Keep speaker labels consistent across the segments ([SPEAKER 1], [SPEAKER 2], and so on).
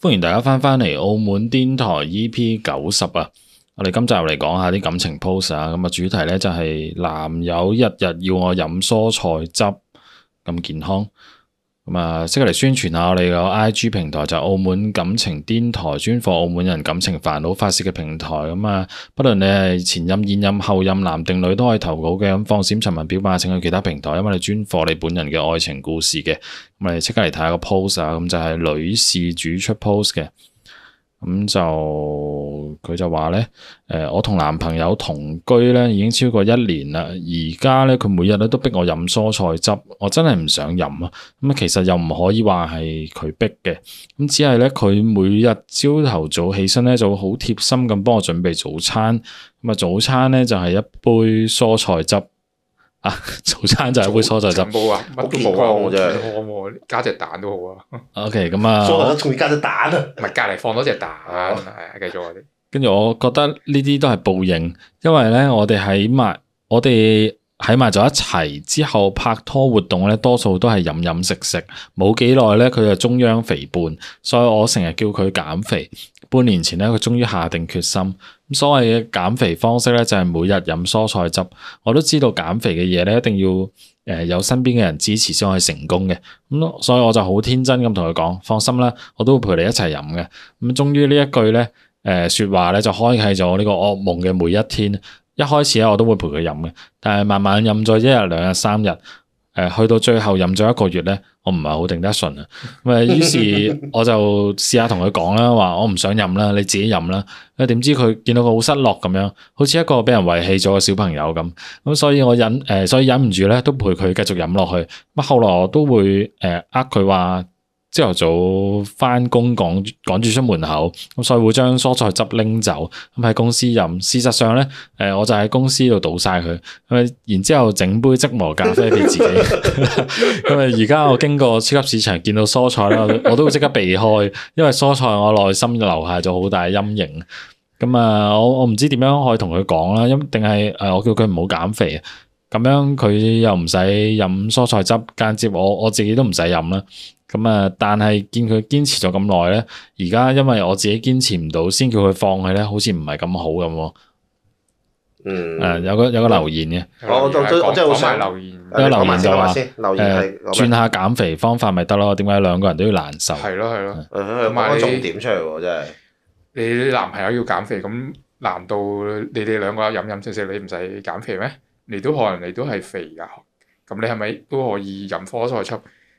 [SPEAKER 1] 歡迎大家翻返嚟澳門癲台 EP 九十啊！我哋今集嚟講下啲感情 post 啊，咁啊主題咧就係男友日日要我飲蔬菜汁，咁健康。咁啊，即刻嚟宣傳下我哋個 I G 平台就係澳門感情癲台，專放澳門人感情煩惱發泄嘅平台。咁啊，不論你係前任、現任、後任，男定女都可以投稿嘅。咁放閃、尋文表白請去其他平台，因為你專放你本人嘅愛情故事嘅。咁我哋即刻嚟睇下個 post 啊，咁就係女事主出 post 嘅。咁就佢就話咧，誒、我同男朋友同居咧已經超過一年啦，而家咧佢每日咧都逼我飲蔬菜汁，我真係唔想飲啊！咁啊，其實又唔可以話係佢逼嘅，咁只係咧佢每日朝頭早起身咧就會好貼心咁幫我準備早餐，咁啊早餐咧就係一杯蔬菜汁啊，早餐就係一杯蔬 菜汁。
[SPEAKER 2] 冇啊，乜都冇啊，
[SPEAKER 3] 好健康啊真係
[SPEAKER 2] 健康喎加隻蛋都好啊，
[SPEAKER 1] OK，咁啊，
[SPEAKER 3] 蔬菜汁仲要加隻蛋啊！
[SPEAKER 2] 唔係隔離放多 隻蛋，係繼續啊你
[SPEAKER 1] 跟住我覺得呢啲都係報應，因為咧我哋喺埋我哋喺埋咗一齊之後拍拖活動咧，多數都係飲飲食食，冇幾耐咧佢就中央肥胖，所以我成日叫佢減肥。半年前咧，佢終於下定決心。咁所謂嘅減肥方式咧，就係每日飲蔬菜汁。我都知道減肥嘅嘢咧，一定要誒、呃有身邊嘅人支持先可以成功嘅。咁所以我就好天真咁同佢講，放心啦，我都會陪你一齊飲嘅。咁終於呢一句咧。誒説話咧，就開啟咗我呢個噩夢嘅每一天。一開始咧，我都會陪佢飲嘅，但係慢慢飲咗一日、兩日、三日，誒、去到最後飲咗一個月咧，我唔係好定得順啊。咁啊，於是我就試下同佢講啦，話我唔想飲啦，你自己飲啦。啊，點知佢見到佢好失落咁樣，好似一個俾人遺棄咗嘅小朋友咁。咁所以我忍誒、所以忍唔住咧，都陪佢繼續飲落去。咁後來我都會誒呃佢話。朝頭早翻工趕趕住出門口，咁所以會將蔬菜汁拎走，咁喺公司飲。事實上咧，誒、我就喺公司度倒晒佢，咁啊然之後整杯即磨咖啡俾自己。咁啊，而家我經過超級市場見到蔬菜啦，我我都會即刻避開，因為蔬菜我內心留下咗好大嘅陰影。咁啊，我我唔知點樣可以同佢講啦，因定係誒我叫佢唔好減肥啊，咁樣佢又唔使飲蔬菜汁，間接我我自己都唔使飲啦。咁啊，但係見佢堅持咗咁耐咧，而家因為我自己堅持唔到，先叫佢放棄咧，好似唔係咁好咁喎。
[SPEAKER 3] 嗯，
[SPEAKER 1] 誒、有個有個留言嘅，
[SPEAKER 3] 哦我我真我真係
[SPEAKER 2] 啊講
[SPEAKER 3] 好
[SPEAKER 2] 埋
[SPEAKER 3] 想
[SPEAKER 2] 留言，
[SPEAKER 1] 有留言就話
[SPEAKER 3] 啊講埋先留言
[SPEAKER 1] 誒
[SPEAKER 3] 係講
[SPEAKER 1] 轉
[SPEAKER 3] 咩
[SPEAKER 1] 下減肥方法咪得咯？點解兩個人都要難受？
[SPEAKER 2] 嗯係咯係咯，
[SPEAKER 3] 誒講翻重點出嚟喎，真係
[SPEAKER 2] 你男朋友要減肥，咁難道你哋兩個飲飲食食，你唔使減肥咩？你都可能你都係肥㗎，咁你係咪都可以飲科菜汁？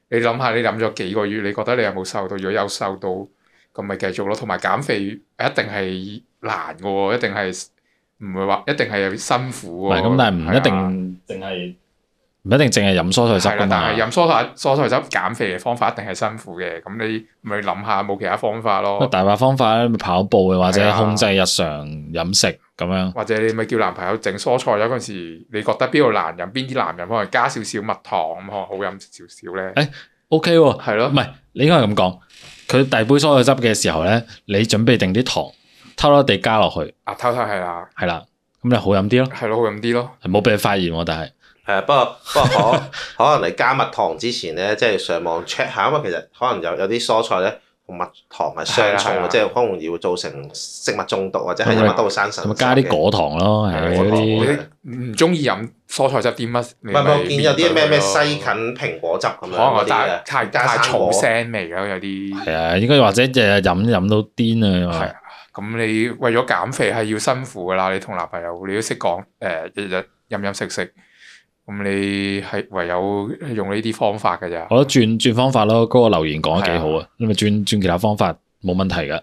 [SPEAKER 2] 你諗下，你飲咗幾個月，你覺得你有冇瘦到？如果有瘦到，咁咪繼續咯。同埋減肥一定係難嘅喎，一定係唔會話一定係辛
[SPEAKER 1] 唔
[SPEAKER 2] 苦喎。
[SPEAKER 1] 係咁，但係唔一
[SPEAKER 2] 係啊
[SPEAKER 1] 定淨係唔一定淨係飲蔬菜啊
[SPEAKER 2] 係啊
[SPEAKER 1] 汁㗎
[SPEAKER 2] 啦，
[SPEAKER 1] 嘛
[SPEAKER 2] 但係。飲蔬菜蔬菜汁減肥嘅方法一定係辛苦嘅，咁你咪諗下冇其他方法
[SPEAKER 1] 咁
[SPEAKER 2] 咯，
[SPEAKER 1] 大把方法咧，咪跑步嘅或
[SPEAKER 2] 係
[SPEAKER 1] 者
[SPEAKER 2] 啊
[SPEAKER 1] 控制日常飲食咁樣。
[SPEAKER 2] 或者你咪叫男朋友整蔬菜汁嗰陣時，你覺得邊度難飲，邊啲難飲，可能加少少蜜糖咁，可能好飲少少咧
[SPEAKER 1] 誒。O K 喎，
[SPEAKER 2] 係咯
[SPEAKER 1] 唔係你應該係咁講。佢遞杯蔬菜汁嘅時候咧，你準備定啲糖，偷偷地加落去，
[SPEAKER 2] 啊，偷偷係啦，
[SPEAKER 1] 係啦，咁你好飲啲咯。
[SPEAKER 2] 係咯，好飲啲咯。
[SPEAKER 1] 係冇俾佢發現喎，但係
[SPEAKER 3] 係啊不過不過可可 能你加蜜糖之前咧，即係上網 check 下，因為其實可能有有啲蔬菜咧同蜜糖係相
[SPEAKER 2] 係啊係
[SPEAKER 3] 重
[SPEAKER 2] 啊
[SPEAKER 3] 嘅，即係好容易會造成食物中毒或者係飲乜都會生腎。
[SPEAKER 1] 咁咪
[SPEAKER 2] 啊
[SPEAKER 1] 加啲果糖咯，係啊
[SPEAKER 3] 係
[SPEAKER 1] 嗰啲
[SPEAKER 3] 果糖
[SPEAKER 2] 你唔中意飲蔬菜汁啲乜？你
[SPEAKER 3] 唔
[SPEAKER 2] 咪
[SPEAKER 3] 係我見有啲咩咩西
[SPEAKER 2] 面對佢咯
[SPEAKER 3] 芹蘋果汁咁樣
[SPEAKER 2] 可能
[SPEAKER 3] 嗰
[SPEAKER 2] 我
[SPEAKER 3] 啲
[SPEAKER 2] 太，
[SPEAKER 3] 嘅
[SPEAKER 2] 太
[SPEAKER 3] 加
[SPEAKER 2] 太
[SPEAKER 3] 生
[SPEAKER 2] 重
[SPEAKER 3] 果
[SPEAKER 2] 腥味咯，有啲
[SPEAKER 1] 係啊，應該或者日日飲飲到癲
[SPEAKER 2] 係
[SPEAKER 1] 啊，
[SPEAKER 2] 啊，咁你為咗減肥係要辛苦噶啦，你同男朋友你都識講誒，日日飲飲食食，咁你係唯有用呢啲方法嘅咋。
[SPEAKER 1] 我覺得轉轉方法咯，嗰個留言講得幾好啊，你咪轉轉其他方法冇問題噶，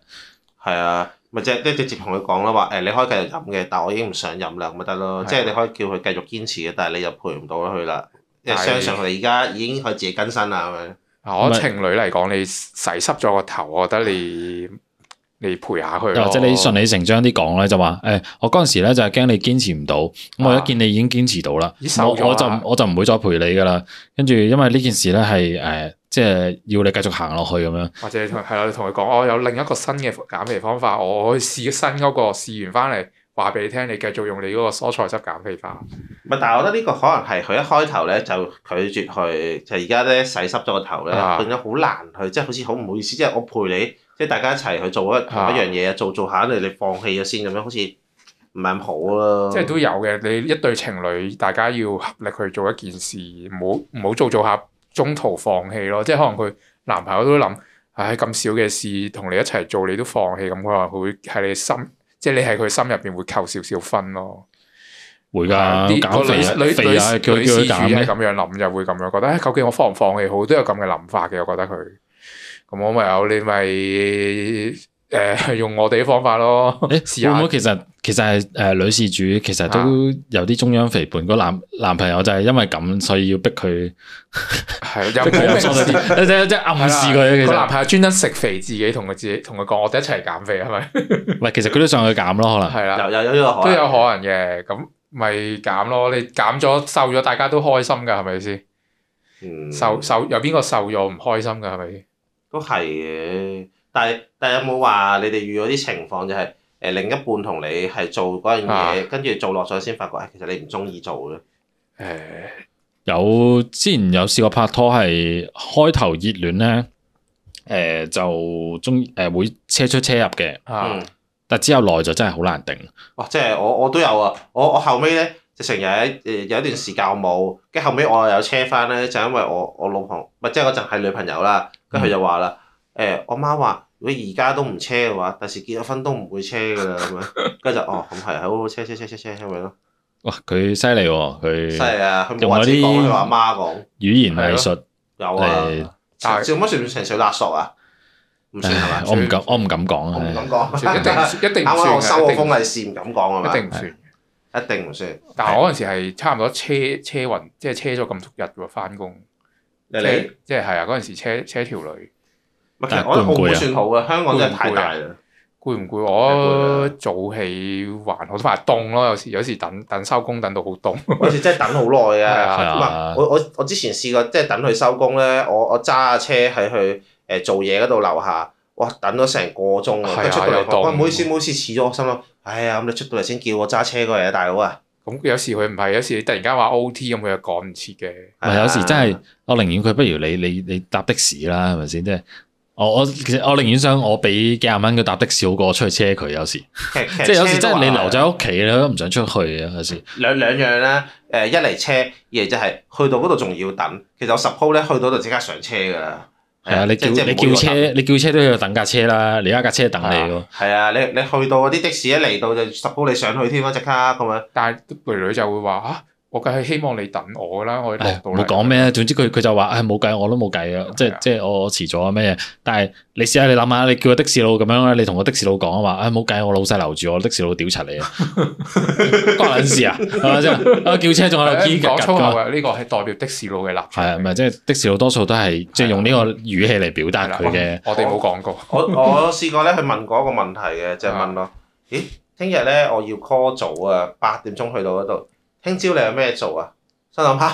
[SPEAKER 3] 係啊，咪即係即係直接同佢講啦，話誒你可以繼續飲嘅，但我已經唔想飲啦，咁咪得咯。
[SPEAKER 2] 係啊
[SPEAKER 3] 即係你可以叫佢繼續堅持嘅，但係你又陪唔到佢啦。因為
[SPEAKER 2] 係
[SPEAKER 3] 相信佢而家已經可以自己更新啦，咁樣。
[SPEAKER 2] 嗱，啊我
[SPEAKER 1] 唔係
[SPEAKER 2] 情侶嚟講，你洗濕咗個頭，我覺得你你陪下佢咯。
[SPEAKER 1] 又或者你順理成章啲講咧，就話誒，我嗰陣時咧就係驚你堅持唔到，咁我一
[SPEAKER 2] 啊
[SPEAKER 1] 見你已經堅持到啦，
[SPEAKER 2] 咦
[SPEAKER 1] 我
[SPEAKER 2] 瘦咗啊
[SPEAKER 1] 我就
[SPEAKER 2] 啦
[SPEAKER 1] 我就唔會再陪你噶啦，跟住因為呢件事咧係誒，即係要你繼續行落去咁樣，
[SPEAKER 2] 或者你同係啦，你同佢講，哦我有另一個新嘅減肥方法，我我去試新嗰個，試完翻嚟話俾你聽，你繼續用你嗰個蔬菜汁減肥法。
[SPEAKER 1] 嗯
[SPEAKER 3] 唔係，但係我覺得呢個可能係佢一開頭咧就拒絕去，就而家咧洗濕咗個頭咧，
[SPEAKER 2] 啊
[SPEAKER 3] 變咗好難去，即係好似好唔好意思，即係我陪你，即係大家一齊去做一同
[SPEAKER 2] 啊
[SPEAKER 3] 一樣嘢，做做下你哋放棄咗先咁樣，好似唔係咁好咯。
[SPEAKER 2] 即係都有嘅。你一對情侶，大家要合力去做一件事，唔好唔好做做下中途放棄咯。即係可能佢男朋友都諗，唉咁少嘅事同你一齊做，你都放棄，咁佢可能會喺你心，即係你喺佢心入邊會扣少少分咯。
[SPEAKER 1] 會㗎，
[SPEAKER 2] 啲
[SPEAKER 1] 減肥啊
[SPEAKER 2] 個女女
[SPEAKER 1] 肥啊，叫
[SPEAKER 2] 女女
[SPEAKER 1] 叫
[SPEAKER 2] 事
[SPEAKER 1] 佢
[SPEAKER 2] 主
[SPEAKER 1] 減
[SPEAKER 2] 係
[SPEAKER 1] 咩？
[SPEAKER 2] 咁樣諗，就會咁樣覺得，唉究竟我放唔放棄好？都有咁嘅諗法嘅，我覺得佢。咁我咪有你咪誒、用我哋嘅方法咯， 試
[SPEAKER 1] 誒，
[SPEAKER 2] 下啊
[SPEAKER 1] 會唔會其實其實係誒、呃女事主其實都有啲中央肥胖，個男男朋友就係因為咁，所以要逼佢
[SPEAKER 2] 係又
[SPEAKER 1] 逼佢
[SPEAKER 2] 冇
[SPEAKER 1] 有
[SPEAKER 2] 明
[SPEAKER 1] 所
[SPEAKER 2] 示
[SPEAKER 1] 謂啲，即係即係
[SPEAKER 2] 係啦啊
[SPEAKER 1] 暗示佢其
[SPEAKER 2] 個男
[SPEAKER 1] 實，
[SPEAKER 2] 朋友專登食肥自己，同佢自己同佢講，我哋一齊 減肥係咪？
[SPEAKER 1] 唔係其實佢都想去減咯，可能
[SPEAKER 2] 係啦，
[SPEAKER 3] 有有有呢個可
[SPEAKER 2] 都
[SPEAKER 3] 能
[SPEAKER 2] 有可能嘅，咁咪減咯。你減咗瘦咗，大家都開心噶，係咪先？
[SPEAKER 3] 嗯
[SPEAKER 2] 瘦瘦有邊個瘦咗唔開心噶？係咪？
[SPEAKER 3] 都係嘅，但係但係有冇話你哋遇到啲情況就係、誒另一半同你係做嗰樣嘢，
[SPEAKER 2] 啊
[SPEAKER 3] 跟住做落咗先發覺，誒其實你唔中意做嘅，
[SPEAKER 2] 誒
[SPEAKER 1] 有之前有試過拍拖係開頭熱戀咧，誒、就中誒、呃、會車出車入嘅，
[SPEAKER 2] 啊
[SPEAKER 3] 嗯，
[SPEAKER 1] 但之後耐就真係好難定。
[SPEAKER 3] 哇！即係我我都有啊，我我後尾咧就成日喺誒有一段時間我冇，跟住後尾我又有車翻咧，就因為我我老婆唔係即係嗰陣係女朋友啦，跟住佢就話啦，誒、我媽話如果而家都唔車嘅話，第時結咗婚都唔會車㗎啦咁樣，跟住就哦咁係係好好車車車車車咁樣咯，
[SPEAKER 1] 哇！佢犀利喎，
[SPEAKER 2] 嗯
[SPEAKER 3] 犀
[SPEAKER 1] 佢
[SPEAKER 3] 利啊！佢冇話自己講，佢話阿媽講。
[SPEAKER 1] 語言藝術，
[SPEAKER 3] 有啊
[SPEAKER 1] 誒，
[SPEAKER 3] 但係咁乜算唔算情緒勒索啊？唔算係
[SPEAKER 1] 唉
[SPEAKER 3] 嘛？
[SPEAKER 1] 我唔敢，我唔敢講
[SPEAKER 3] 我唔
[SPEAKER 1] 啊
[SPEAKER 3] 敢。講，
[SPEAKER 2] 一定唔算一定
[SPEAKER 3] 啱
[SPEAKER 2] 唔算
[SPEAKER 3] 啱我收
[SPEAKER 2] 嘅，
[SPEAKER 3] 我
[SPEAKER 2] 一定
[SPEAKER 3] 封利是唔敢講係嘛？
[SPEAKER 2] 一定唔算。
[SPEAKER 3] 一定唔算。
[SPEAKER 2] 但係我嗰陣時係差唔多車車暈，即係車咗咁足日喎，翻工。
[SPEAKER 3] 你
[SPEAKER 2] 即
[SPEAKER 3] 你
[SPEAKER 2] 係即係係啊！嗰陣時車車條女
[SPEAKER 3] 唔係其實我
[SPEAKER 1] 但係
[SPEAKER 3] 覺得
[SPEAKER 1] 攰唔
[SPEAKER 3] 澳
[SPEAKER 1] 攰啊
[SPEAKER 3] 門算好嘅，香港真係太大啦。
[SPEAKER 2] 攰唔攰？
[SPEAKER 3] 攰
[SPEAKER 2] 我
[SPEAKER 3] 啊
[SPEAKER 2] 早起還好，同埋凍咯。有時有時等 等收工等到好凍。
[SPEAKER 3] 嗰時真係等好耐
[SPEAKER 2] 係
[SPEAKER 3] 啊！
[SPEAKER 2] 啊
[SPEAKER 1] 係
[SPEAKER 3] 唔
[SPEAKER 1] 啊
[SPEAKER 3] 係，我我我之前試過即係等佢收工咧，我我揸下車喺佢誒做嘢嗰度樓下，哇等咗成個鐘
[SPEAKER 2] 係啊
[SPEAKER 3] 啊！跟住出到嚟
[SPEAKER 2] 又凍
[SPEAKER 3] 話喂唔好意思唔好意思遲咗，我心諗哎呀咁你出到嚟先叫我揸車過嚟啊大佬啊！
[SPEAKER 2] 咁有時佢唔係，有時你突然間話 O T 咁，佢又趕唔切嘅。
[SPEAKER 1] 唔係有時真係，我寧願佢不如你你你搭的士啦，係咪先？即係我我其實我寧願想我俾幾廿蚊佢搭的士好過我出去車佢。有時
[SPEAKER 3] 係啊
[SPEAKER 1] 即係有時真係你留咗喺屋企咧，都唔想出去嘅有時。
[SPEAKER 3] 兩兩樣啦，誒、一嚟車，二嚟就係去到嗰度仲要等。其實我十鋪咧去到就即刻上車㗎啦。
[SPEAKER 1] 係啊，你叫
[SPEAKER 3] 即即
[SPEAKER 1] 你
[SPEAKER 3] 唔
[SPEAKER 1] 叫
[SPEAKER 3] 好要我
[SPEAKER 1] 車，你叫車都要等架車啦，你而家架車等你喎。
[SPEAKER 3] 等。係啊，你你去到嗰啲的士一嚟到就十鋪你上去添啊啦，即刻咁樣。
[SPEAKER 2] 但係女女就會話啊，我梗係希望你等我啦，我落
[SPEAKER 1] 唉，
[SPEAKER 2] 到
[SPEAKER 1] 冇
[SPEAKER 2] 嚟。
[SPEAKER 1] 講咩，總之佢佢就話唉冇計，我都冇計啊，即係即係我遲咗啊咩嘢。但係你試下你諗下，你叫個的士佬咁樣咧，你同個的士佬講啊話，唉冇計，我老細留住我，的士佬屌柒你啊，關撚事啊，係咪先？啊叫車仲喺度
[SPEAKER 2] 誒唔
[SPEAKER 1] 堅
[SPEAKER 2] 講
[SPEAKER 1] 㗎
[SPEAKER 2] 粗
[SPEAKER 1] 㗎
[SPEAKER 2] 口啊
[SPEAKER 1] 㗎。
[SPEAKER 2] 嘅，呢個係代表的士佬嘅立場。
[SPEAKER 1] 係啊，唔係即係的士佬多數都係即係用呢個語氣嚟表
[SPEAKER 2] 係
[SPEAKER 1] 達
[SPEAKER 2] 啦
[SPEAKER 1] 佢嘅。
[SPEAKER 2] 我我哋冇講過。
[SPEAKER 3] 我我試過咧，去問過一個問題嘅，就係、
[SPEAKER 1] 啊
[SPEAKER 3] 問我：咦，聽日咧我要 call 早啊，八點鐘去到嗰度。聽朝你有咩做啊？心諗下，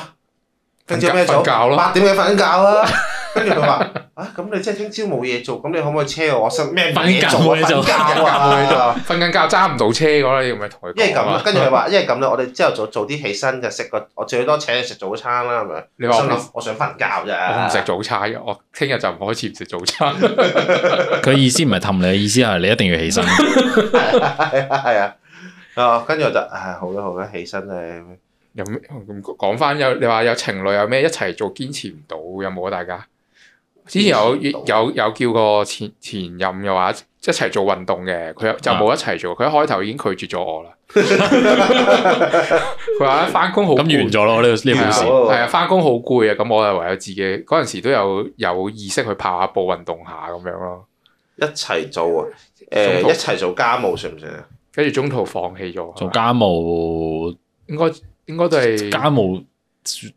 [SPEAKER 3] 聽朝咩做
[SPEAKER 2] 瞓？覺咯
[SPEAKER 3] 八點幾瞓緊覺啊！跟住佢話： 啊，咁你即係聽朝冇嘢做，咁你可唔可以車我？心咩
[SPEAKER 1] 瞓
[SPEAKER 3] 嘢
[SPEAKER 1] 覺
[SPEAKER 3] 做啊？
[SPEAKER 1] 冇嘢做
[SPEAKER 3] 瞓覺
[SPEAKER 2] 瞓覺
[SPEAKER 3] 啊！
[SPEAKER 2] 瞓緊覺揸唔到車嗰啦，你咪同佢
[SPEAKER 3] 因為
[SPEAKER 2] 講
[SPEAKER 3] 咁啦
[SPEAKER 2] 啊，。
[SPEAKER 3] 跟住佢話，因為咁咧，我哋朝頭早早啲起身就食個，我最多請你食早餐啦，咁樣。
[SPEAKER 2] 你話
[SPEAKER 3] 心
[SPEAKER 2] 我
[SPEAKER 3] 諗我想瞓覺咋。
[SPEAKER 2] 我唔食早餐嘅，我聽日就唔開始唔食早餐。
[SPEAKER 1] 佢意思唔係氹你，意思係你一定要起身。
[SPEAKER 3] 係啊 係啊。啊，跟住我就唉，好啦好啦，起身啦。
[SPEAKER 2] 有咩嗯咁講翻有你話有情侶有咩一齊做堅持唔到有冇啊？大家之前有
[SPEAKER 3] 堅持唔
[SPEAKER 2] 有有叫過前前任嘅話一齊做運動嘅，佢就冇
[SPEAKER 3] 啊
[SPEAKER 2] 一齊做，佢一開頭已經拒絕咗我啦。 佢話翻工好
[SPEAKER 1] 咁
[SPEAKER 2] 攰
[SPEAKER 1] 完咗咯呢個呢個故事
[SPEAKER 3] 完。咗
[SPEAKER 2] 係啊，翻工好攰啊，咁我係唯有自己嗰陣時都有有意識去跑下步運動下咁樣咯，
[SPEAKER 3] 一齊做啊！誒，一齊做家務算唔算啊？
[SPEAKER 2] 跟住中途放棄咗。
[SPEAKER 1] 做家務，
[SPEAKER 2] 應該應該都係
[SPEAKER 1] 家務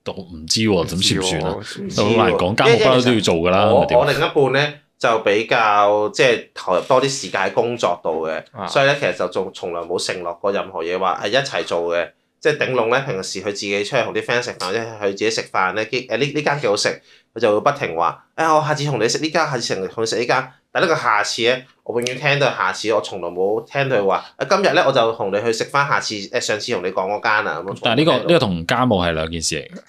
[SPEAKER 1] 我唔知喎，咁算唔算啊？
[SPEAKER 2] 算
[SPEAKER 1] 好難講，家務不嬲都要做㗎啦，
[SPEAKER 3] 我
[SPEAKER 1] 咪
[SPEAKER 3] 我
[SPEAKER 1] 點？啊
[SPEAKER 3] 另一半咧就比較即係投入多啲時間喺工作度嘅，
[SPEAKER 2] 啊
[SPEAKER 3] 所以咧其實就仲從來冇承諾過任何嘢話啊係一齊做嘅，即係頂籠咧平時佢自己出去同啲 friend 食飯，或者佢自己食飯咧，誒呢呢間幾好食，佢就會不停話誒、我下次同你食呢間，下次同你食呢間，但呢個下次咧，我永遠聽到係下次，我從來冇聽到佢話啊今日咧我就同你去食翻下次誒上次同你講嗰間啊咁樣。
[SPEAKER 1] 但係呢個呢個同家務係兩件事嚟嘅。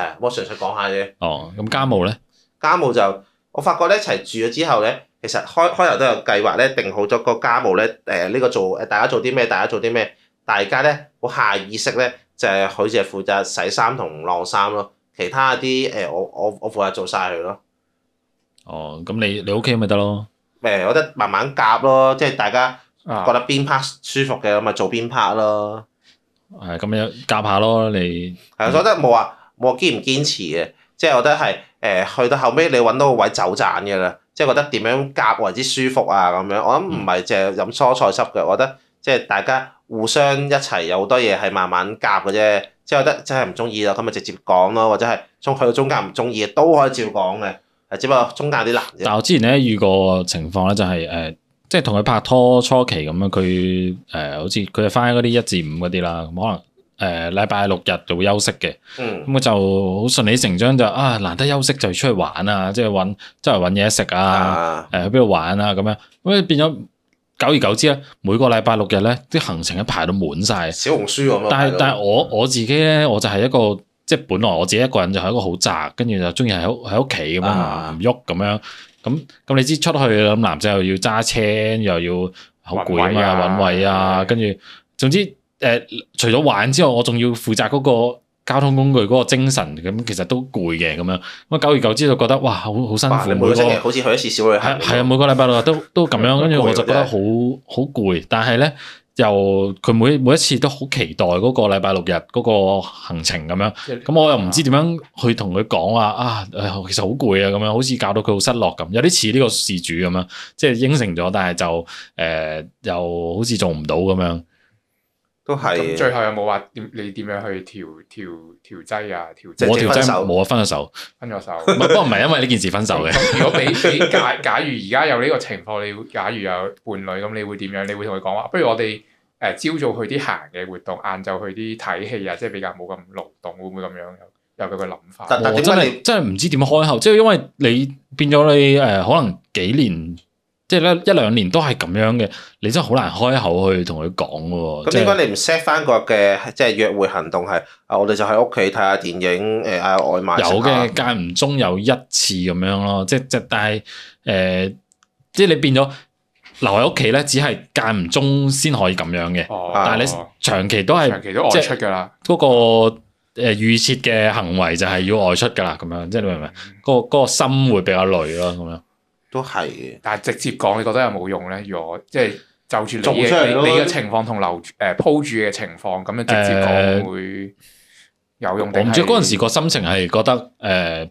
[SPEAKER 3] 係啊，我純粹講下啫。
[SPEAKER 1] 哦，咁家務咧，
[SPEAKER 3] 家務就我發覺咧一齊住咗之後咧，其其實開開頭都有計劃咧，定好咗個家務咧，誒、呢、個做誒大家做啲咩，大家做啲咩，大家咧好下意識咧就係佢就係負責洗衫同晾衫咯，其他啲誒、我我我負責做晒佢咯。
[SPEAKER 1] 哦，咁你你 OK 咪得咯？
[SPEAKER 3] 誒、我覺得慢慢夾咯，即係大家覺
[SPEAKER 2] 啊，
[SPEAKER 3] 得邊 part 舒服嘅，咁咪做邊 part 咯。
[SPEAKER 1] 係咁樣夾下咯，你
[SPEAKER 3] 係啊，所以我覺得冇話冇話堅唔堅持嘅，即係我覺得係誒、去到後尾你揾到個位走盞嘅啦，即係覺得點樣夾為之舒服啊咁樣。我諗唔係淨係飲蔬菜汁嘅，我覺得即係大家互相一齊有好多嘢係慢慢夾嘅啫。即係我覺得真係唔中意啦，咁咪直接講咯，或者係中去到中間唔中意嘅都可以照講嘅，係只不過中間有啲難啫。
[SPEAKER 1] 但我之前咧遇過情況咧，就係、呃即係同佢拍拖初期咁樣，佢誒、呃好似佢係翻嗰啲一至五嗰啲啦，咁可能誒禮拜六日就會休息嘅。
[SPEAKER 3] 嗯，
[SPEAKER 1] 咁我就好順理成章就啊，難得休息就出去玩啊，即係揾即係揾嘢食啊，
[SPEAKER 3] 啊，
[SPEAKER 1] 誒去邊度玩啊咁樣，咁變咗久而久之咧，每個禮拜六日咧啲行程一排到滿晒。
[SPEAKER 3] 小紅書咁樣。啊
[SPEAKER 1] 但係但係我我自己咧，我就係一個即係本來我自己一個人就係一個好宅，跟住就中意喺屋喺屋企咁樣
[SPEAKER 3] 啊
[SPEAKER 1] 唔喐咁樣。咁咁你知出去咁男仔又要揸車，又要好攰啊
[SPEAKER 2] 揾位啊
[SPEAKER 1] 嘛，揾位啊，
[SPEAKER 2] 係
[SPEAKER 1] 跟住總之誒、呃除咗玩之外，我仲要負責嗰個交通工具嗰個精神，咁其實都攰嘅咁樣。咁久而久之就覺得哇，好好辛
[SPEAKER 3] 哇
[SPEAKER 1] 苦
[SPEAKER 3] 你每
[SPEAKER 1] 每個
[SPEAKER 3] 個星期好似去一次小旅行
[SPEAKER 1] 係
[SPEAKER 3] 咁。
[SPEAKER 1] 係啊，每個禮拜六日都都咁樣，跟住我就覺得好好攰。但係咧，又佢每每一次都好期待嗰個禮拜六日嗰個行程咁樣。咁我又唔知點樣去同佢講話啊，誒其實好攰啊咁樣，好似搞到佢好失落咁，有啲似呢個事主咁樣，即係應承咗，但係就誒、呃又好似做唔到咁樣。
[SPEAKER 3] 都
[SPEAKER 2] 咁
[SPEAKER 3] 係
[SPEAKER 2] 最後有冇話點你點樣去調調調劑啊？調
[SPEAKER 3] 即係
[SPEAKER 2] 劑
[SPEAKER 1] 我
[SPEAKER 3] 即係
[SPEAKER 1] 條仔
[SPEAKER 3] 分手
[SPEAKER 1] 冇啊，分咗手，
[SPEAKER 2] 分咗手。
[SPEAKER 1] 唔係不過唔係因為呢件事分手嘅。
[SPEAKER 2] 咁如果 俾俾假假如而家有呢個情況，你會假如有伴侶咁，你會點樣？你會同佢講話，不如我哋誒朝早去啲行嘅活動，晏晝去啲睇戲啊，即係比較冇咁勞動，會唔會咁樣有有佢嘅諗法？
[SPEAKER 3] 但但
[SPEAKER 1] 我
[SPEAKER 3] 點
[SPEAKER 1] 真
[SPEAKER 3] 解你
[SPEAKER 1] 係真係唔知點開口，即係因為你變咗你誒、呃可能幾年，即係咧一兩年都係咁樣嘅，你真係好難開口去同佢講喎。即係
[SPEAKER 3] 咁應該你唔 set 翻個嘅即係約會行動係啊，我哋就喺屋企睇下電影，誒嗌下外賣
[SPEAKER 1] 有
[SPEAKER 3] 食下
[SPEAKER 1] 嘅，間唔中有一次咁樣咯，即即但係誒、呃即係你變咗留喺屋企咧，只係間唔中先可以咁樣嘅，
[SPEAKER 2] 哦，
[SPEAKER 1] 但係你長期都係
[SPEAKER 2] 長期都外出㗎啦。
[SPEAKER 1] 嗰、個。誒預設嘅行為就係要外出㗎啦，咁樣即係你明唔
[SPEAKER 3] 嗯
[SPEAKER 1] 明？嗰、個嗰個心會比較累咯，咁樣。
[SPEAKER 3] 都係嘅。
[SPEAKER 2] 但係直接講，你覺得有冇用咧？如果即係就住你
[SPEAKER 3] 做出
[SPEAKER 2] 嘅
[SPEAKER 3] 嚟
[SPEAKER 2] 你
[SPEAKER 3] 咯
[SPEAKER 2] 你嘅情況同留誒鋪住嘅情況，咁樣直接
[SPEAKER 1] 誒
[SPEAKER 2] 講會有用定
[SPEAKER 1] 我
[SPEAKER 2] 係？
[SPEAKER 1] 唔知嗰陣時個心情係覺得誒、呃，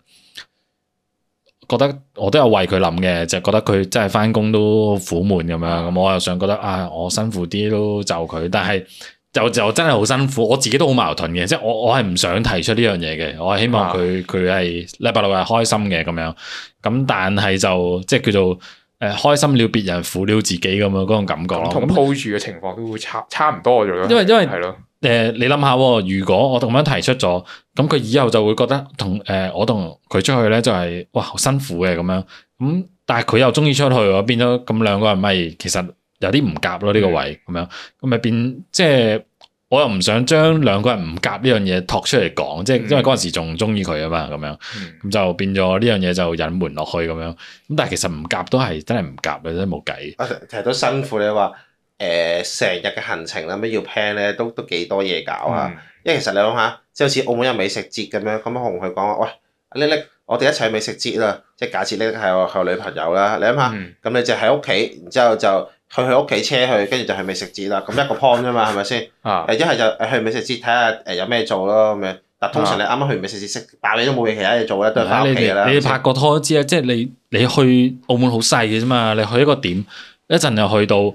[SPEAKER 1] 覺得我都有為佢諗嘅，就覺得佢真係翻工都苦悶咁樣，咁我又想覺得啊，我辛苦啲都就佢，但係就就真係好辛苦，我自己都好矛盾嘅，即係我我係唔想提出呢樣嘢嘅，我係希望
[SPEAKER 2] 啊
[SPEAKER 1] 佢佢係禮拜六係開心嘅咁樣，咁但係就即係叫做誒、呃、開心了別人，苦了自己咁樣嗰種感覺
[SPEAKER 2] 咁
[SPEAKER 1] 咯。
[SPEAKER 2] 同
[SPEAKER 1] 咁
[SPEAKER 2] 鋪住嘅情況都會差差唔多咗咯。
[SPEAKER 1] 因為因為
[SPEAKER 2] 係咯，
[SPEAKER 1] 誒、呃你諗下喎，如果我咁樣提出咗，咁佢以後就會覺得同誒、呃我同佢出去咧就係、哇好辛苦嘅咁樣，咁但係佢又中意出去喎，變咗咁兩個人咪其實有啲唔夾咯呢個位咁樣，咁咪變即係我又唔想將兩個人唔夾呢樣嘢托出嚟講，即係因為嗰陣時仲中意佢啊嘛咁樣，
[SPEAKER 2] 嗯
[SPEAKER 1] 咁就變咗呢樣嘢就隱瞞落去咁樣，咁但係其實唔夾都係真係唔夾嘅，真係冇計。
[SPEAKER 3] 啊，其實都辛苦你話誒成日嘅行程啦，咩要 plan 咧，都都幾多嘢搞啊。
[SPEAKER 2] 嗯
[SPEAKER 3] 因為其實你諗下，即係好似澳門有美食節咁樣，咁我同佢講話，喂，阿叻叻，我哋一齊去美食節啦。即係假設叻叻係我係我女朋友啦，你
[SPEAKER 1] 啊
[SPEAKER 3] 諗下，
[SPEAKER 2] 嗯
[SPEAKER 3] 咁你就喺屋企，然之後就去佢屋企車去，跟住就去美食節啦。咁一個 point 啫嘛，係咪先？
[SPEAKER 2] 啊
[SPEAKER 3] 誒呃一係就誒去美食節睇下誒有咩做咯咁樣。但通常你啱啱去美食節食飽你都冇嘢其他嘢做咧，都係翻
[SPEAKER 1] 啊你
[SPEAKER 3] 屋企㗎啦。
[SPEAKER 1] 哋你哋拍過拖都知啦，即係你你去澳門好細嘅啫嘛，你去一個點，一陣又去到，咁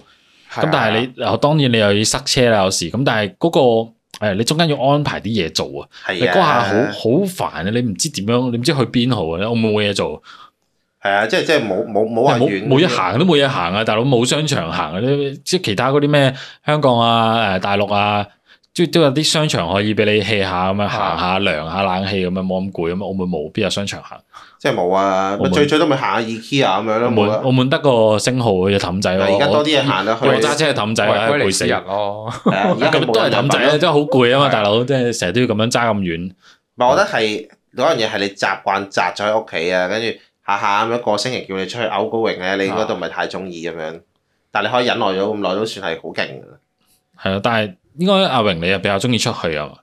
[SPEAKER 2] 係啊
[SPEAKER 1] 但係你嗱當然你又要塞車啦有時，咁但係嗰、個。誒，你中間要安排啲嘢做啊！你
[SPEAKER 3] 係
[SPEAKER 1] 嗰
[SPEAKER 3] 啊，
[SPEAKER 1] 下好好煩啊！你唔知點樣，你唔知去邊好啊！你澳門冇嘢做，
[SPEAKER 3] 係啊，即係即係冇冇冇話
[SPEAKER 1] 冇
[SPEAKER 3] 遠
[SPEAKER 1] 冇嘢行都冇嘢行啊！大佬冇商場行啊！你即係其他嗰啲咩香港啊、誒大陸啊，即係都有啲商場可以俾你 hea 下咁樣行下、涼下冷氣咁樣，冇咁攰咁啊！澳門冇邊有商場行？
[SPEAKER 3] 即係冇啊
[SPEAKER 1] 我。冇
[SPEAKER 3] 最最多咪行下 IKEA 咁樣咯，
[SPEAKER 1] 澳
[SPEAKER 3] 冇
[SPEAKER 1] 門
[SPEAKER 3] 啦。
[SPEAKER 1] 澳門得個星號嘅氹仔
[SPEAKER 3] 嗱
[SPEAKER 1] 喎，
[SPEAKER 3] 而家多啲嘢行啦，去
[SPEAKER 1] 我我揸車去氹仔啊啦，
[SPEAKER 2] 喂威尼
[SPEAKER 1] 攰
[SPEAKER 2] 斯
[SPEAKER 1] 死！
[SPEAKER 2] 人咯，
[SPEAKER 3] 係啊 而家
[SPEAKER 1] 咁
[SPEAKER 3] 冇
[SPEAKER 1] 都係氹仔
[SPEAKER 3] 人
[SPEAKER 1] 啊，
[SPEAKER 3] 品咯
[SPEAKER 1] 真係好攰啊
[SPEAKER 2] 係
[SPEAKER 1] 嘛，
[SPEAKER 2] 啊
[SPEAKER 1] 大佬，即係成日都要咁樣揸咁遠。
[SPEAKER 3] 唔係，我覺得係嗰樣嘢係你習慣宅咗喺屋企啊，跟住下下咁一個星期叫你出去 outgoing 咧，啊你
[SPEAKER 1] 啊
[SPEAKER 3] 嗰度唔係太中意咁樣。但係你可以忍耐咗咁耐，都算係好勁㗎啦。
[SPEAKER 1] 係啊，但係應該阿榮你又比較中意出去啊嘛，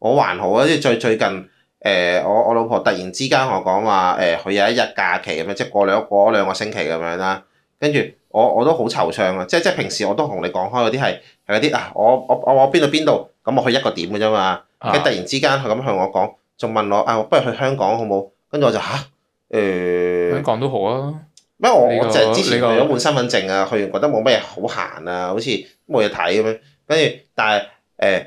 [SPEAKER 3] 我還好啊，即係最最近誒、呃我我老婆突然之間同我講話誒，佢、有一日假期咁樣，即係過兩過咗兩個星期咁樣啦。跟住我我都好惆悵啊，即係即係平時我都同你講開嗰啲係係嗰啲啊，我我我我邊度邊度，咁我去一個點嘅啫嘛。
[SPEAKER 2] 啊
[SPEAKER 3] 跟住突然之間佢咁向我講，仲問我啊，我不如去香港好冇？跟住我就吓，誒、
[SPEAKER 2] 香港都好啊，
[SPEAKER 3] 咩我
[SPEAKER 2] 你個
[SPEAKER 3] 我就係之前
[SPEAKER 2] 你
[SPEAKER 3] 去
[SPEAKER 2] 個
[SPEAKER 3] 咗換身份證啊，去完覺得冇乜嘢好閒啊，好似冇嘢睇咁樣。跟住但係誒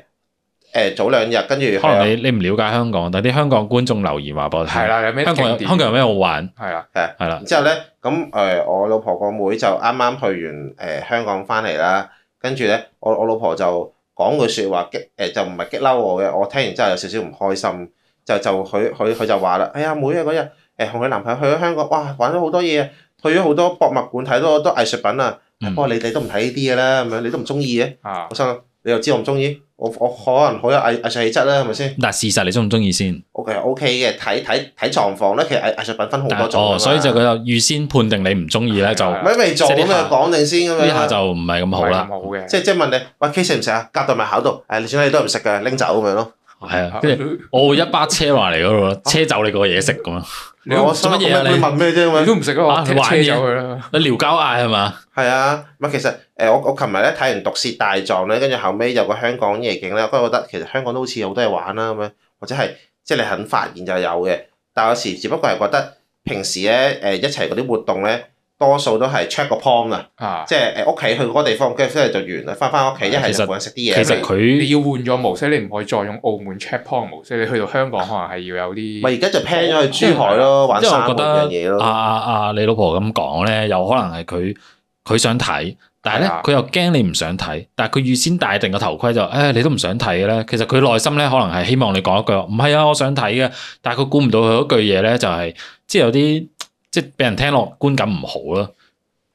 [SPEAKER 3] 誒早兩日跟住佢
[SPEAKER 1] 可能
[SPEAKER 3] 又
[SPEAKER 1] 你你唔了解香港，但係啲香港觀眾留言話俾我聽，
[SPEAKER 2] 係啦，有咩
[SPEAKER 1] 香港
[SPEAKER 2] 景
[SPEAKER 1] 有
[SPEAKER 2] 點？
[SPEAKER 1] 香港有咩好玩？
[SPEAKER 2] 係啦，
[SPEAKER 1] 係啦，
[SPEAKER 3] 之後咧，咁誒、呃我老婆個妹就啱啱去完誒、呃香港翻嚟啦，跟住咧，我我老婆就講句説話激誒、呃就唔係激嬲我嘅，我聽完之後有少少唔開心，就就佢佢佢就話啦，哎呀妹啊嗰日誒同佢男朋友去咗香港，哇玩咗好多嘢啊，去咗好多博物館睇到好多藝術品啊，
[SPEAKER 1] 嗯
[SPEAKER 3] 不過你哋都唔睇呢啲嘅啦，咁樣你都唔中意嘅，
[SPEAKER 2] 啊
[SPEAKER 3] 我心諗你又知我唔中意，我我可能好有藝藝術氣質啦，係咪先？
[SPEAKER 1] 但係事實你中唔中意先？
[SPEAKER 3] 我其實 O K 嘅，睇睇睇狀況咧，其實藝藝術品分好
[SPEAKER 1] 但
[SPEAKER 3] 多
[SPEAKER 1] 係
[SPEAKER 3] 種㗎
[SPEAKER 1] 哦，
[SPEAKER 3] 嘛
[SPEAKER 1] 所以就佢就預先判定你唔中意咧，就
[SPEAKER 2] 係啊
[SPEAKER 1] 呢
[SPEAKER 3] 咪未做咁啊，講定先咁樣
[SPEAKER 1] 下
[SPEAKER 3] 啦。
[SPEAKER 1] 就唔係咁好啦，
[SPEAKER 2] 冇嘅，
[SPEAKER 3] 即係即係問你，喂 K 食唔食啊？夾到咪考到，誒，你算啦，你都係唔食嘅，拎走咁樣咯。
[SPEAKER 1] 係啊，跟住
[SPEAKER 2] 你
[SPEAKER 1] 我會一巴車埋嚟嗰度
[SPEAKER 3] 啊
[SPEAKER 1] 咯，車走你個嘢食咁樣。
[SPEAKER 2] 都
[SPEAKER 3] 我心諗
[SPEAKER 1] 做乜嘢啊
[SPEAKER 3] 咁樣
[SPEAKER 1] 你
[SPEAKER 3] 問咩啫咁
[SPEAKER 2] 你
[SPEAKER 3] 樣？
[SPEAKER 2] 都唔食啊，
[SPEAKER 1] 啊
[SPEAKER 2] 我踢
[SPEAKER 1] 玩嘢
[SPEAKER 2] 車走佢啦，
[SPEAKER 1] 你撩交嗌係嘛？
[SPEAKER 3] 係啊，唔係其實誒，我我琴日咧睇完《毒舌大狀》咧，跟住後尾有個香港夜景咧，我都覺得其實香港都好似有好多嘢玩啦咁樣，或者係即係你肯發現就有嘅。但有時只不過係覺得平時咧誒一齊嗰啲活動咧，多數都係 check 個 point 啊，
[SPEAKER 2] 啊，
[SPEAKER 3] 即係誒屋企去嗰個地方，跟住跟住就完啦，翻返屋企一係
[SPEAKER 1] 其實
[SPEAKER 3] 就冇人食啲
[SPEAKER 1] 其
[SPEAKER 3] 嘢。
[SPEAKER 1] 實
[SPEAKER 2] 你
[SPEAKER 1] 佢
[SPEAKER 2] 要換咗模式，你唔可以再用澳門 check point 模式，你去到香港可能係要有
[SPEAKER 3] 咪
[SPEAKER 2] 啲
[SPEAKER 3] 而家就 plan 咗去珠海咯，玩
[SPEAKER 1] 因為
[SPEAKER 3] 三
[SPEAKER 1] 我覺
[SPEAKER 3] 門
[SPEAKER 1] 得
[SPEAKER 3] 樣嘢咯
[SPEAKER 1] 啊。啊啊，你老婆咁講咧，有可能係佢佢想睇，但係咧
[SPEAKER 2] 係啊
[SPEAKER 1] 佢又驚你唔想睇，但係佢預先戴定個頭盔就，誒你都唔想睇嘅咧。其實佢內心咧可能係希望你講一句，唔係啊，我想睇嘅，但係佢估唔到佢嗰句嘢咧就係、即係有啲即係俾人聽落觀感唔好咯。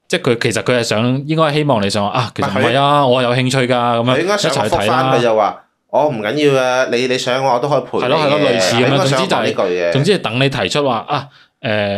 [SPEAKER 1] 即係佢其實佢係想應該希望你想話啊，其實唔係啊，我有興趣㗎咁啊樣
[SPEAKER 3] 佢應該
[SPEAKER 1] 一
[SPEAKER 3] 上
[SPEAKER 1] 齊
[SPEAKER 3] 我
[SPEAKER 1] 去睇
[SPEAKER 3] 覆翻
[SPEAKER 1] 啦
[SPEAKER 3] 佢。就話：我唔緊要啊，你你想我我都可以陪你嘅。
[SPEAKER 1] 係咯係咯類似咁樣啊
[SPEAKER 3] 應該想
[SPEAKER 1] 總之就係
[SPEAKER 3] 講呢句嘅。
[SPEAKER 1] 總之係等你提出話啊，誒、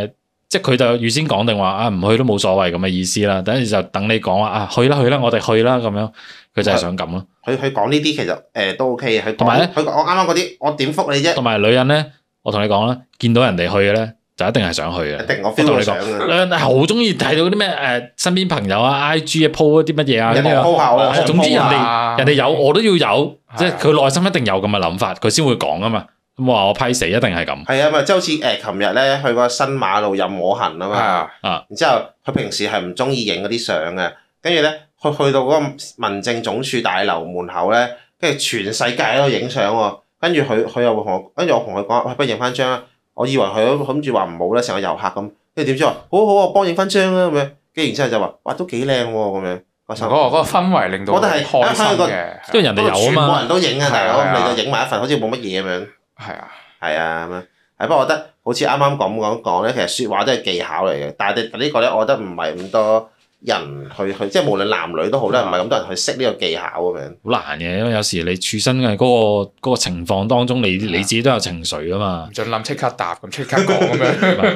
[SPEAKER 1] 即係佢就預先講定話啊，唔去都冇所謂咁嘅意思啦。等住就等你講話啊，去啦去啦，我哋去啦咁樣，佢就係想咁咯。
[SPEAKER 3] 佢佢講呢啲其實誒都 OK 嘅。佢
[SPEAKER 1] 同埋咧
[SPEAKER 3] 講佢講我啱啱嗰啲，我點覆你啫？
[SPEAKER 1] 同埋女人咧，我同你講啦，見到人哋去嘅咧，就一定係想去
[SPEAKER 3] 一
[SPEAKER 1] 嘅。
[SPEAKER 3] 定我
[SPEAKER 1] 我
[SPEAKER 3] feel
[SPEAKER 1] 同
[SPEAKER 3] 到啊
[SPEAKER 1] 你
[SPEAKER 3] 想
[SPEAKER 1] 講
[SPEAKER 3] 嘅。
[SPEAKER 1] 女人係好中意睇到啲咩誒身邊朋友啊、IG 啊 po 啲乜嘢啊，
[SPEAKER 3] 人
[SPEAKER 1] 跟住
[SPEAKER 3] 哋
[SPEAKER 1] 話
[SPEAKER 3] 鋪下我，
[SPEAKER 1] 係總之人哋
[SPEAKER 2] 啊
[SPEAKER 1] 人哋有我都要有，
[SPEAKER 2] 啊
[SPEAKER 1] 即係佢內心一定有咁嘅諗法，佢先會講噶嘛。咁我話我批死，一定係咁。
[SPEAKER 3] 係啊，咪即係好似誒，琴日咧去個新馬路任我行啊嘛。
[SPEAKER 2] 啊
[SPEAKER 3] 然之後佢平時係唔中意影嗰啲相嘅，跟住咧佢去到嗰個民政總署大樓門口咧，跟住全世界喺度影相喎。跟住佢佢又會同我，跟住我同佢講：喂，不如影翻張啊！我以為佢諗住話唔好啦，成個遊客咁。跟住點知話好好，我幫影翻張啦咁樣。跟住然之後就話：哇，都幾靚喎咁樣。我心
[SPEAKER 2] 嗰個嗰個氛圍令到
[SPEAKER 3] 我
[SPEAKER 2] 我
[SPEAKER 3] 覺得係啊
[SPEAKER 2] 開心
[SPEAKER 3] 香港
[SPEAKER 2] 嘅，
[SPEAKER 1] 因為人哋有啊
[SPEAKER 3] 全部
[SPEAKER 1] 嘛，
[SPEAKER 3] 人都影啊，大
[SPEAKER 2] 係啊係
[SPEAKER 3] 佬，
[SPEAKER 2] 啊
[SPEAKER 3] 你就影埋一份，好似冇乜嘢咁樣。
[SPEAKER 2] 係啊，
[SPEAKER 3] 係啊，咁樣係不過我覺得好似啱啱咁講講咧，其實説話都係技巧嚟嘅。但係呢個咧，我覺得唔係咁多人去去，即係無論男女都好咧，唔係咁多人去識呢個技巧咁樣。
[SPEAKER 1] 好難嘅，因為有時你處身嘅嗰、個嗰個情況當中，你你自己都有情緒噶嘛
[SPEAKER 2] 唔。準諗即刻答咁即刻講咁 樣，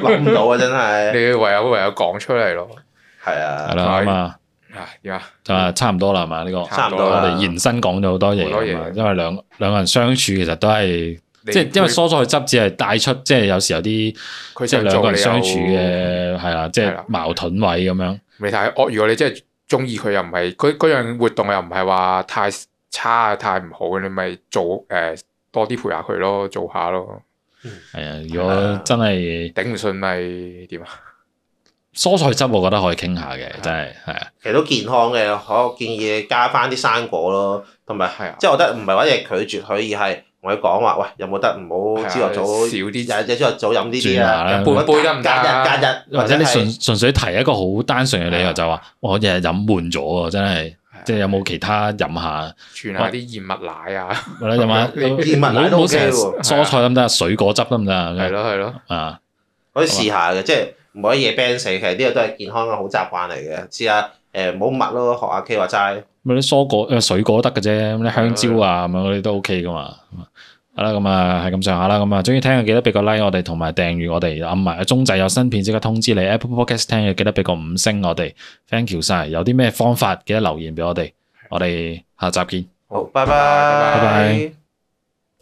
[SPEAKER 3] 諗唔到啊，真係。
[SPEAKER 2] 你唯有唯有講出嚟咯。
[SPEAKER 3] 係
[SPEAKER 1] 係
[SPEAKER 3] 啊，
[SPEAKER 1] 啦，咁啊，
[SPEAKER 2] 啊，點啊？
[SPEAKER 1] 就係差唔多啦，係嘛？呢個
[SPEAKER 3] 差唔多
[SPEAKER 1] 我
[SPEAKER 3] 啦
[SPEAKER 1] 哋延伸講咗好多嘢
[SPEAKER 2] 好多嘢
[SPEAKER 1] 㗎嘛，因為兩兩個人相處其實都係，
[SPEAKER 2] 你
[SPEAKER 1] 即係因為
[SPEAKER 2] 佢
[SPEAKER 1] 蔬菜汁只係帶出，即係有時有啲
[SPEAKER 2] 佢
[SPEAKER 1] 即係
[SPEAKER 2] 就
[SPEAKER 1] 兩個
[SPEAKER 2] 做
[SPEAKER 1] 人
[SPEAKER 2] 你
[SPEAKER 1] 相處
[SPEAKER 2] 嘅。
[SPEAKER 1] 嘅係啦，即
[SPEAKER 2] 係
[SPEAKER 1] 係
[SPEAKER 2] 啦
[SPEAKER 1] 矛盾位咁樣。
[SPEAKER 2] 未太惡，如果你真係中意佢，又唔係嗰嗰樣活動又唔係話太差啊、太唔好嘅，你咪做誒、呃多啲陪下佢咯，做下咯。
[SPEAKER 1] 係啊，如
[SPEAKER 3] 係
[SPEAKER 1] 果
[SPEAKER 3] 啦
[SPEAKER 1] 真係
[SPEAKER 2] 頂唔順咪點啊？
[SPEAKER 1] 蔬菜汁，我覺得可以傾下嘅，真係係啊，
[SPEAKER 3] 其實都健康嘅，我建議你加翻啲生果咯，同埋
[SPEAKER 2] 係啊
[SPEAKER 3] 即係我覺得唔係話嘢拒絕佢，而係同佢講話，喂，有冇得唔好
[SPEAKER 2] 係啊
[SPEAKER 3] 朝頭早
[SPEAKER 2] 少啲
[SPEAKER 3] 日日朝頭早飲呢
[SPEAKER 1] 轉
[SPEAKER 3] 啲
[SPEAKER 1] 下啦
[SPEAKER 3] 啊，
[SPEAKER 2] 半杯得唔得啊
[SPEAKER 3] 隔日隔日
[SPEAKER 1] 或者你
[SPEAKER 3] 係
[SPEAKER 1] 純純粹提一個好單純嘅理
[SPEAKER 2] 係
[SPEAKER 1] 由
[SPEAKER 2] 啊
[SPEAKER 1] 就話，我日日飲悶咗啊，真係，即係有冇其他飲下？
[SPEAKER 2] 傳下啲燕麥奶啊？
[SPEAKER 1] 或者飲下
[SPEAKER 2] 你
[SPEAKER 3] 燕麥奶
[SPEAKER 1] 唔
[SPEAKER 3] 都
[SPEAKER 1] 好
[SPEAKER 3] OK
[SPEAKER 1] 成日
[SPEAKER 3] 喎
[SPEAKER 1] 蔬菜得唔得啊？水果汁得唔得啊？
[SPEAKER 2] 係咯係咯，
[SPEAKER 1] 啊，
[SPEAKER 3] 可以試下嘅，即係唔可以夜 band 死，其實呢個都係健康嘅好習慣嚟嘅。試下誒唔好密咯，學阿 K 話齋，
[SPEAKER 1] 呃咪啲蔬果誒水果得嘅啫，咁啲香蕉啊咁樣嗰啲都 OK 噶嘛。好啦，咁啊係咁上下啦，咁啊中意聽嘅記得俾個 like 我哋，同埋訂閱我哋，暗埋鐘仔有新片即刻通知你。Apple Podcast 聽嘅記得俾個五星我哋，thank you 晒。有啲咩方法記得留言俾我哋，我哋下集見。
[SPEAKER 3] 好，拜拜，
[SPEAKER 2] 拜
[SPEAKER 1] 拜